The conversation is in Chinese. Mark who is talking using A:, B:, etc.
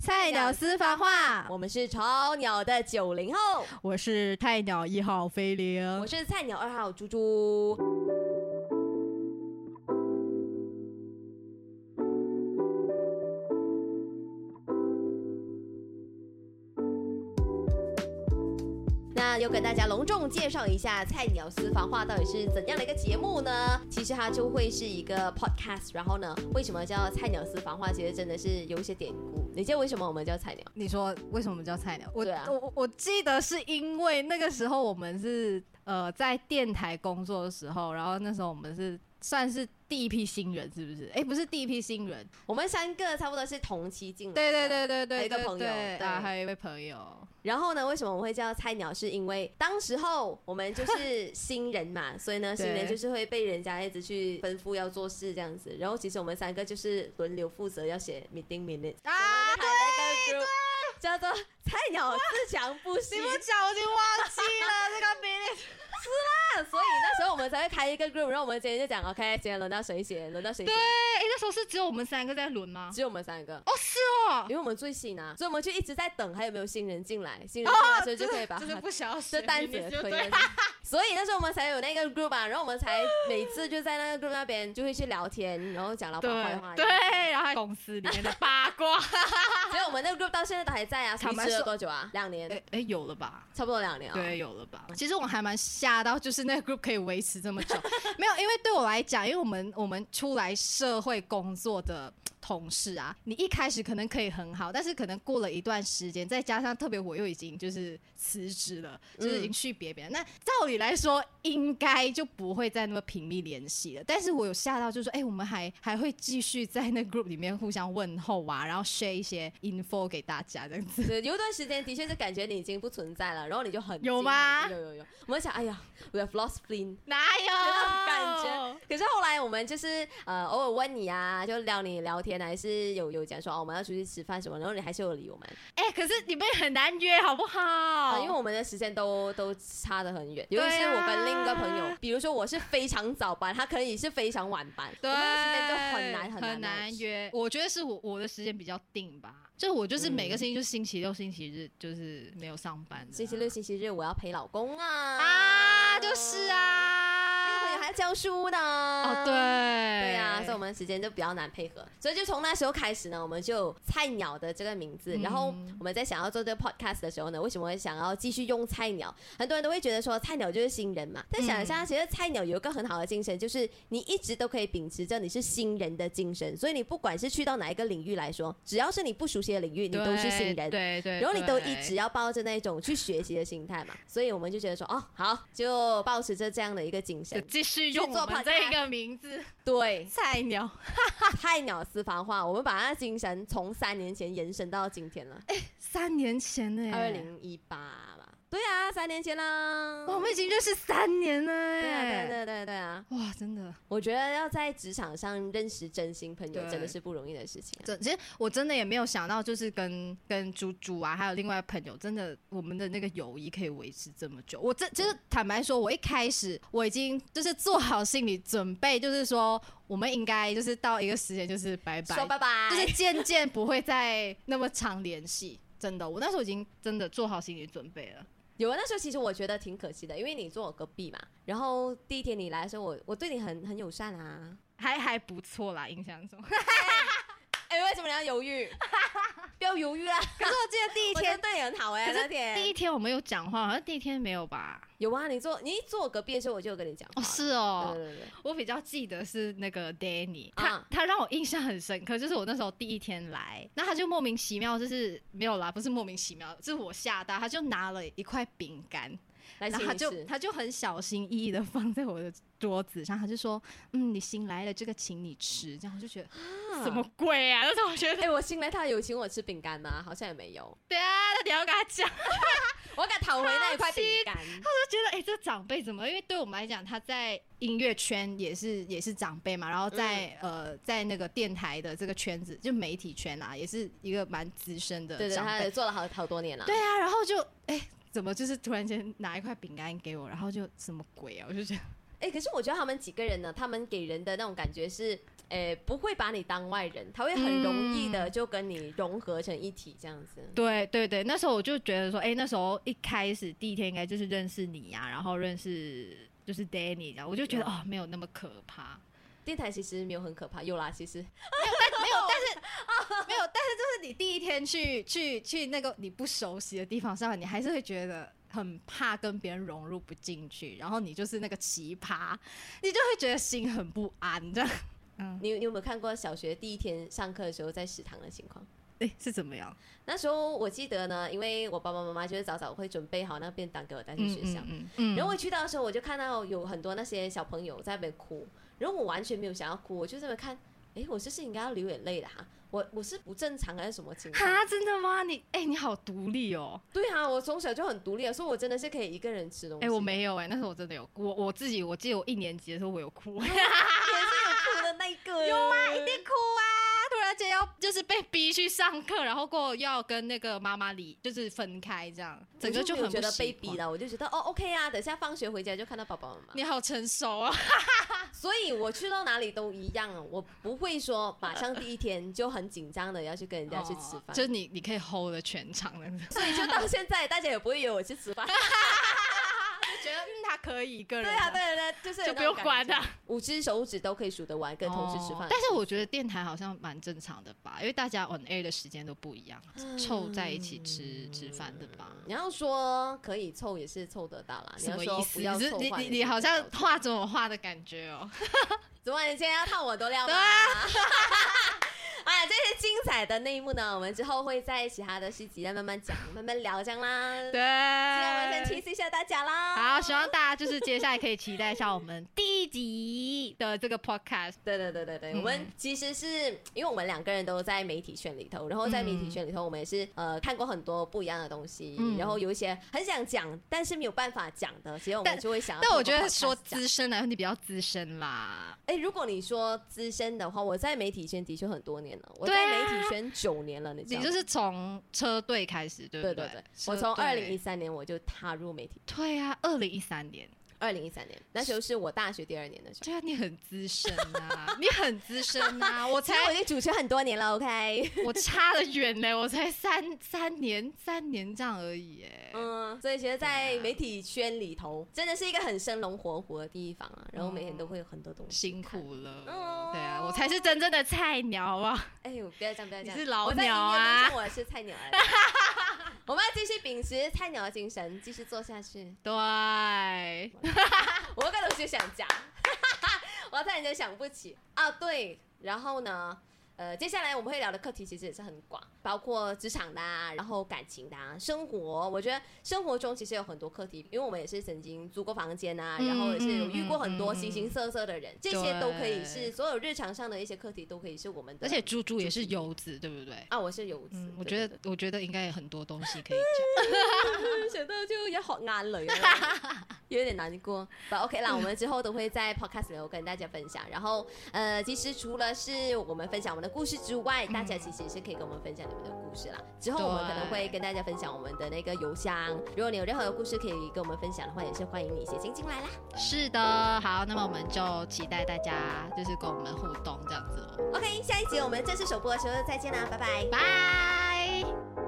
A: 菜鸟私房话，
B: 我们是超鸟的九零后，
A: 我是菜鸟一号飞
B: 我
A: 灵。
B: 是菜鸟二号猪猪。那又跟大家隆重介绍一下《菜鸟私房话》到底是怎样的一个节目呢？其实它就会是一个 podcast，然后呢，为什么叫《菜鸟私房话》？其实真的是有一些典故。你记得为什么我们叫菜鸟？
A: 你说为什么叫菜鸟？我、
B: 对啊
A: 我我我记得是因为那个时候我们是呃在电台工作的时候，然后那时候我们是算是第一批新人，是不是？哎、不是第一批新人，
B: 我们三个差不多是同期进来的。
A: 对对对对对，
B: 还有一个
A: 对
B: 朋友
A: 对
B: 对
A: 啊，还有一位朋友，
B: 然后呢，为什么我们会叫菜鸟？是因为当时候我们就是新人嘛，所以呢，
A: 对
B: 新人就是会被人家一直去吩咐要做事这样子。然后其实我们三个就是轮流负责要写 meeting minutes
A: 啊
B: 我们就开了一个 group 叫做菜鸟自强不息
A: 你。不讲我已经忘记了这个名字。
B: 那所以那时候我们才会开一个 group，然后我们今天就讲 OK，今天轮到谁写，轮到谁写
A: 对，，哎、那时候是只有我们三个在轮吗？
B: 只有我们三个。
A: 哦，是哦
B: 因，为我们最新啊，所以我们就一直在等还有没有新人进来，新人进 来，所以就可以把
A: 哦就是
B: 它
A: 不想要
B: 这
A: 写
B: 单
A: 名
B: 子
A: 字
B: 也
A: 就
B: 推
A: 对
B: 了， 所以那时候我们才有那个 group 啊，然后我们才每次就在那个 group 那边就会去聊天，然后讲老板坏话。
A: 对对，然后还公司里面 的八卦，
B: 所以我们那个 group 到现在都还在啊，
A: 坦
B: 维
A: 白
B: 持了
A: 说
B: 多久啊？两年，
A: 哎哎，有了吧？
B: 差不多两年啊。
A: 对，有了吧？其实我还蛮吓到，就是那个 group 可以维持这么久，没有，因为对我来讲，因为我们我们出来社会工作的。同事啊，你一开始可能可以很好，但是可能过了一段时间，再加上特别我又已经就是辞职了，就是已
B: 嗯
A: 经去别别人。那照理来说，应该就不会再那么频密联系了。但是我有吓到，就是说，哎、我们还还会继续在那 group 里面互相问候啊，然后 share 一些 info 给大家这样子。
B: 对，有一段时间的确是感觉你已经不存在了，然后你就很
A: 有
B: 惊
A: 吗
B: 讶有有有，我们想，哎呀，we have lost Flynn。
A: 哪
B: 有
A: 有
B: 这种感觉？可是后来我们就是呃，偶尔问你啊，就撩你聊天，还是有有讲说哦，我们要出去吃饭什么，然后你还是有理我们，
A: 哎、可是你们很难约，好不好？
B: 啊，因为我们的时间都都差得很远，尤其是
A: 哦对啊
B: 我跟另一个朋友，比如说我是非常早班，他可以是非常晚班，
A: 对
B: 我们的时间就很难
A: 很
B: 难
A: 难
B: 约。
A: 约。我觉得是我我的时间比较定吧，就是我就是
B: 嗯
A: 每个星期就是星期六、星期日就是没有上班的啊
B: 星期六、星期日我要陪老公啊，
A: 啊，就是，
B: 那个朋友
A: 啊，
B: 还要教书呢，
A: 哦对，。
B: 对
A: 对
B: 啊，所以我们时间就比较难配合，所以就从那时候开始呢，我们就有菜鸟的这个名字。
A: 嗯
B: 然后我们在想要做这个 podcast 的时候呢，为什么会想要继续用菜鸟？很多人都会觉得说菜鸟就是新人嘛，
A: 嗯
B: 但想一下，其实菜鸟有一个很好的精神，就是你一直都可以秉持着你是新人的精神，所以你不管是去到哪一个领域来说，只要是你不熟悉的领域，你都是新人。
A: 对对，
B: 然后你都
A: 对
B: 一直要抱着那种去学习的心态嘛，所以我们就觉得说，哦，好，就保持着这样的一个精神，
A: 继续用
B: 去做
A: 我们这
B: podcast
A: 个名字
B: 对，
A: 菜鸟。
B: 菜鸟私房话，我们把它精神从三年前延伸到今天了，
A: 三年前呢、
B: 二零一八吧。对啊，三年前啦。
A: 哇，我们已经认识三年了、
B: 对啊，对啊
A: 哎
B: 对啊对啊对啊！
A: 哇，真的。
B: 我觉得要在职场上认识真心朋友，
A: 对
B: 真的是不容易的事情啊、
A: 真，其实我真的也没有想到，就是跟跟猪猪啊，还有另外朋友，真的我们的那个友谊可以维持这么久。我这就是坦白说，我一开始我已经就是做好心理准备，就是说我们应该就是到一个时间就是拜拜，
B: 说拜拜，
A: 就是渐渐不会再那么常联系。真的，我那时候已经真的做好心理准备了。
B: 有啊，那时候其实我觉得挺可惜的，因为你坐我隔壁嘛。然后第一天你来的时候，我我对你很很友善啊。
A: 还还不错啦，印象中。可
B: 哎、为什么你要犹豫？ 不要犹豫啦！
A: 是 我记得第一
B: 我觉得
A: 天，
B: 对你很好哎、
A: 可
B: 那
A: 是
B: 天
A: 第一天我们有讲话，好像第一天没有吧？
B: 有啊，你坐你一坐我隔壁的时候，我就有跟你讲话
A: 哦，
B: 了。
A: 是哦，
B: 对对对对。
A: 我比较记得是那个 Danny，他、
B: 啊
A: 他让我印象很深刻，就是我那时候第一天来，那他就莫名其妙，就是没有啦，不是莫名其妙，是我吓到，他就拿了一块饼干，
B: 来
A: 然后
B: 请
A: 他
B: 你
A: 就
B: 吃。
A: 他就很小心翼翼的放在我的桌子上，他就说，嗯，你新来了，这个请你吃，这样我就觉得、什么鬼啊，那时候我觉得
B: 哎、，我新来他有请我吃饼干吗？好像也没有，
A: 对啊，那你要跟他讲，我
B: 我敢讨回那一块饼干。
A: 就觉得，哎、这长辈怎么？因为对我们来讲，他在音乐圈也是也是长辈嘛，然后在、
B: 嗯
A: 呃在那个电台的这个圈子，就媒体圈啊，也是一个蛮资深的
B: 对对，
A: 长
B: 他
A: 辈
B: 也。做了好好多年了。
A: 对啊，然后就哎、怎么就是突然间拿一块饼干给我，然 后就什么鬼啊？我就觉得
B: 哎、可是我觉得他们几个人呢，他们给人的那种感觉是，哎、诶不会把你当外人，他会很容易的就跟你融合成一体这样子。
A: 对对对，那时候我就觉得说，哎、那时候一开始第一天应该就是认识你呀、然后认识就是 Danny，然后我就觉得哦，没有那么可怕，
B: 电台其实没有很可怕，有啦，其实
A: 没有，但是、 没有，但是就是你第一天去去去那个你不熟悉的地方上，你还是会觉得很怕跟别人融入不进去，然后你就是那个奇葩，你就会觉得心很不安这 样。嗯，
B: 你你有没有看过小学第一天上课的时候在食堂的情况？
A: 哎、是怎么样？
B: 那时候我记得呢，因为我爸爸妈妈就是早早会准备好那个便当给我带去
A: 嗯
B: 学校，
A: 嗯嗯嗯，
B: 然后我去到的时候，我就看到有很多那些小朋友在那边哭，然后我完全没有想要哭，我就这么看，诶，我这是应该要流眼泪的哈，我我是不正常还是什么情况？
A: 哈，真的吗？你哎、你好独立哦。
B: 对啊，我从小就很独立啊，所以我真的是可以一个人吃东
A: 哎、
B: 西。
A: 我没有哎、那时候我真的有哭，我我自己我记得我一年级的时候我有 哭，
B: 啊也是有哭的那一个。有啊，
A: 一定哭啊！突然间要就是被逼去上课，然后过后又要跟那个妈妈离，就是分开这样，整个就
B: 就没有
A: 很
B: 觉
A: 不
B: 得
A: 习
B: 被
A: 惯
B: 逼。了，我就觉得哦，OK 啊，等下放学回家就看到爸爸妈妈。
A: 你好成熟啊！
B: 所以我去到哪里都一样，我不会说马上第一天就很紧张的要去跟人家去吃
A: 哦
B: 饭，
A: 就是你你可以 hold 了全场那种，就
B: 所以就到现在大家也不会约我去吃饭。
A: 觉得嗯他可以一个人，
B: 对啊，对啊对啊，就是有
A: 就
B: 那
A: 不
B: 种
A: 用
B: 感
A: 管
B: 觉
A: 他。
B: 五只手指都可以数得完，跟同事吃饭。
A: 哦但是我觉得电台好像蛮正常的吧，因为大家 on air 的时间都不一样，
B: 嗯
A: 凑在一起吃吃饭的吧。
B: 你要说可以凑也是凑得到啦，嗯你
A: 什
B: 要
A: 么
B: 说
A: 意
B: 不
A: 思？
B: 要
A: 你是
B: 凑
A: 你
B: 话
A: 你
B: 也
A: 你
B: 是
A: 好像
B: 凑得到
A: 画中有画的感觉哦。
B: 昨晚你今天要看我多料吗？
A: 对啊
B: 哎，这些精彩的内幕呢，我们之后会在其他的续集再慢慢讲、慢慢聊这样啦。
A: 对，
B: 今天我们先提示一下大家啦。
A: 好，希望大家就是接下来可以期待一下我们第一集的这个 podcast。
B: 对对对对对，
A: 嗯
B: 我们其实是因为我们两个人都在媒体圈里头，然后在媒体圈里头，我们也是呃看过很多不一样的东西，
A: 嗯
B: 然后有一些很想讲，但是没有办法讲的，其实我们
A: 但
B: 就会想要
A: 但我
B: 透
A: 觉
B: 过
A: 得
B: podcast
A: 说
B: 讲
A: 资深来说，你比较资深啦。
B: 哎，如果你说资深的话，我在媒体圈的确很多年了，我
A: 对
B: 在
A: 啊
B: 媒体圈九年了，你知
A: 你
B: 道
A: 就
B: 吗？
A: 是从车队开始，对不
B: 对
A: 对
B: 对对，我从二零一三年我就踏入媒体，
A: 对啊，二零一三年，
B: 二零一三年那时候是我大学第二年的时候。
A: 对啊，你很资深啊，你很资深 啊，我
B: 其
A: 才
B: 实我已经主持很多年了，OK，
A: 我差得远呢，我才三三年三年这样而已，哎，
B: 嗯，所以其实，在
A: 啊
B: 媒体圈里头，真的是一个很生龙活虎的地方啊。然后每天都会有很多东西，
A: 辛。苦了
B: 嗯，
A: 对啊，我才是真正的菜鸟，好不好？
B: 哎呦，不要这样，不要这样，
A: 你是老
B: 我在音乐
A: 鸟啊
B: 路上我是菜鸟来的。 我们要继续秉持菜鸟的精神，继续做下去。
A: 对，
B: 我有个东西想讲，我突然间想不起啊。对，然后呢，呃，接下来我们会聊的课题其实也是很广，包括职场的、啊，然后感情的、啊，生活。我觉得生活中其实有很多课题，因为我们也是曾经租过房间啊，
A: 嗯
B: 然后也是有遇过
A: 嗯
B: 很多
A: 嗯
B: 形形色色的人，这些都可以是所有日常上的一些课题都可以是我们的。
A: 而且猪猪也是游子，对不对？
B: 啊，我是有，
A: 嗯，我
B: 对
A: 觉
B: 对
A: 得我觉得应该有很多东西可以讲。
B: 对想到就也好眼泪啊。有点难过。 不 OK 啦，我们之后都会在 podcast 里头跟大家分享。然后呃，其实除了是我们分享我们的故事之外，大家其实也是可以跟我们分享你们的故事啦。之后我们可能会跟大家分享我们的那个邮箱。如果你有任何的故事可以跟我们分享的话，也是欢迎你写信进来啦。
A: 是的，好，那么我们就期待大家就是跟我们互动这样子哦，
B: OK，下一集我们正式首播的时候再见啦，拜拜。
A: 拜。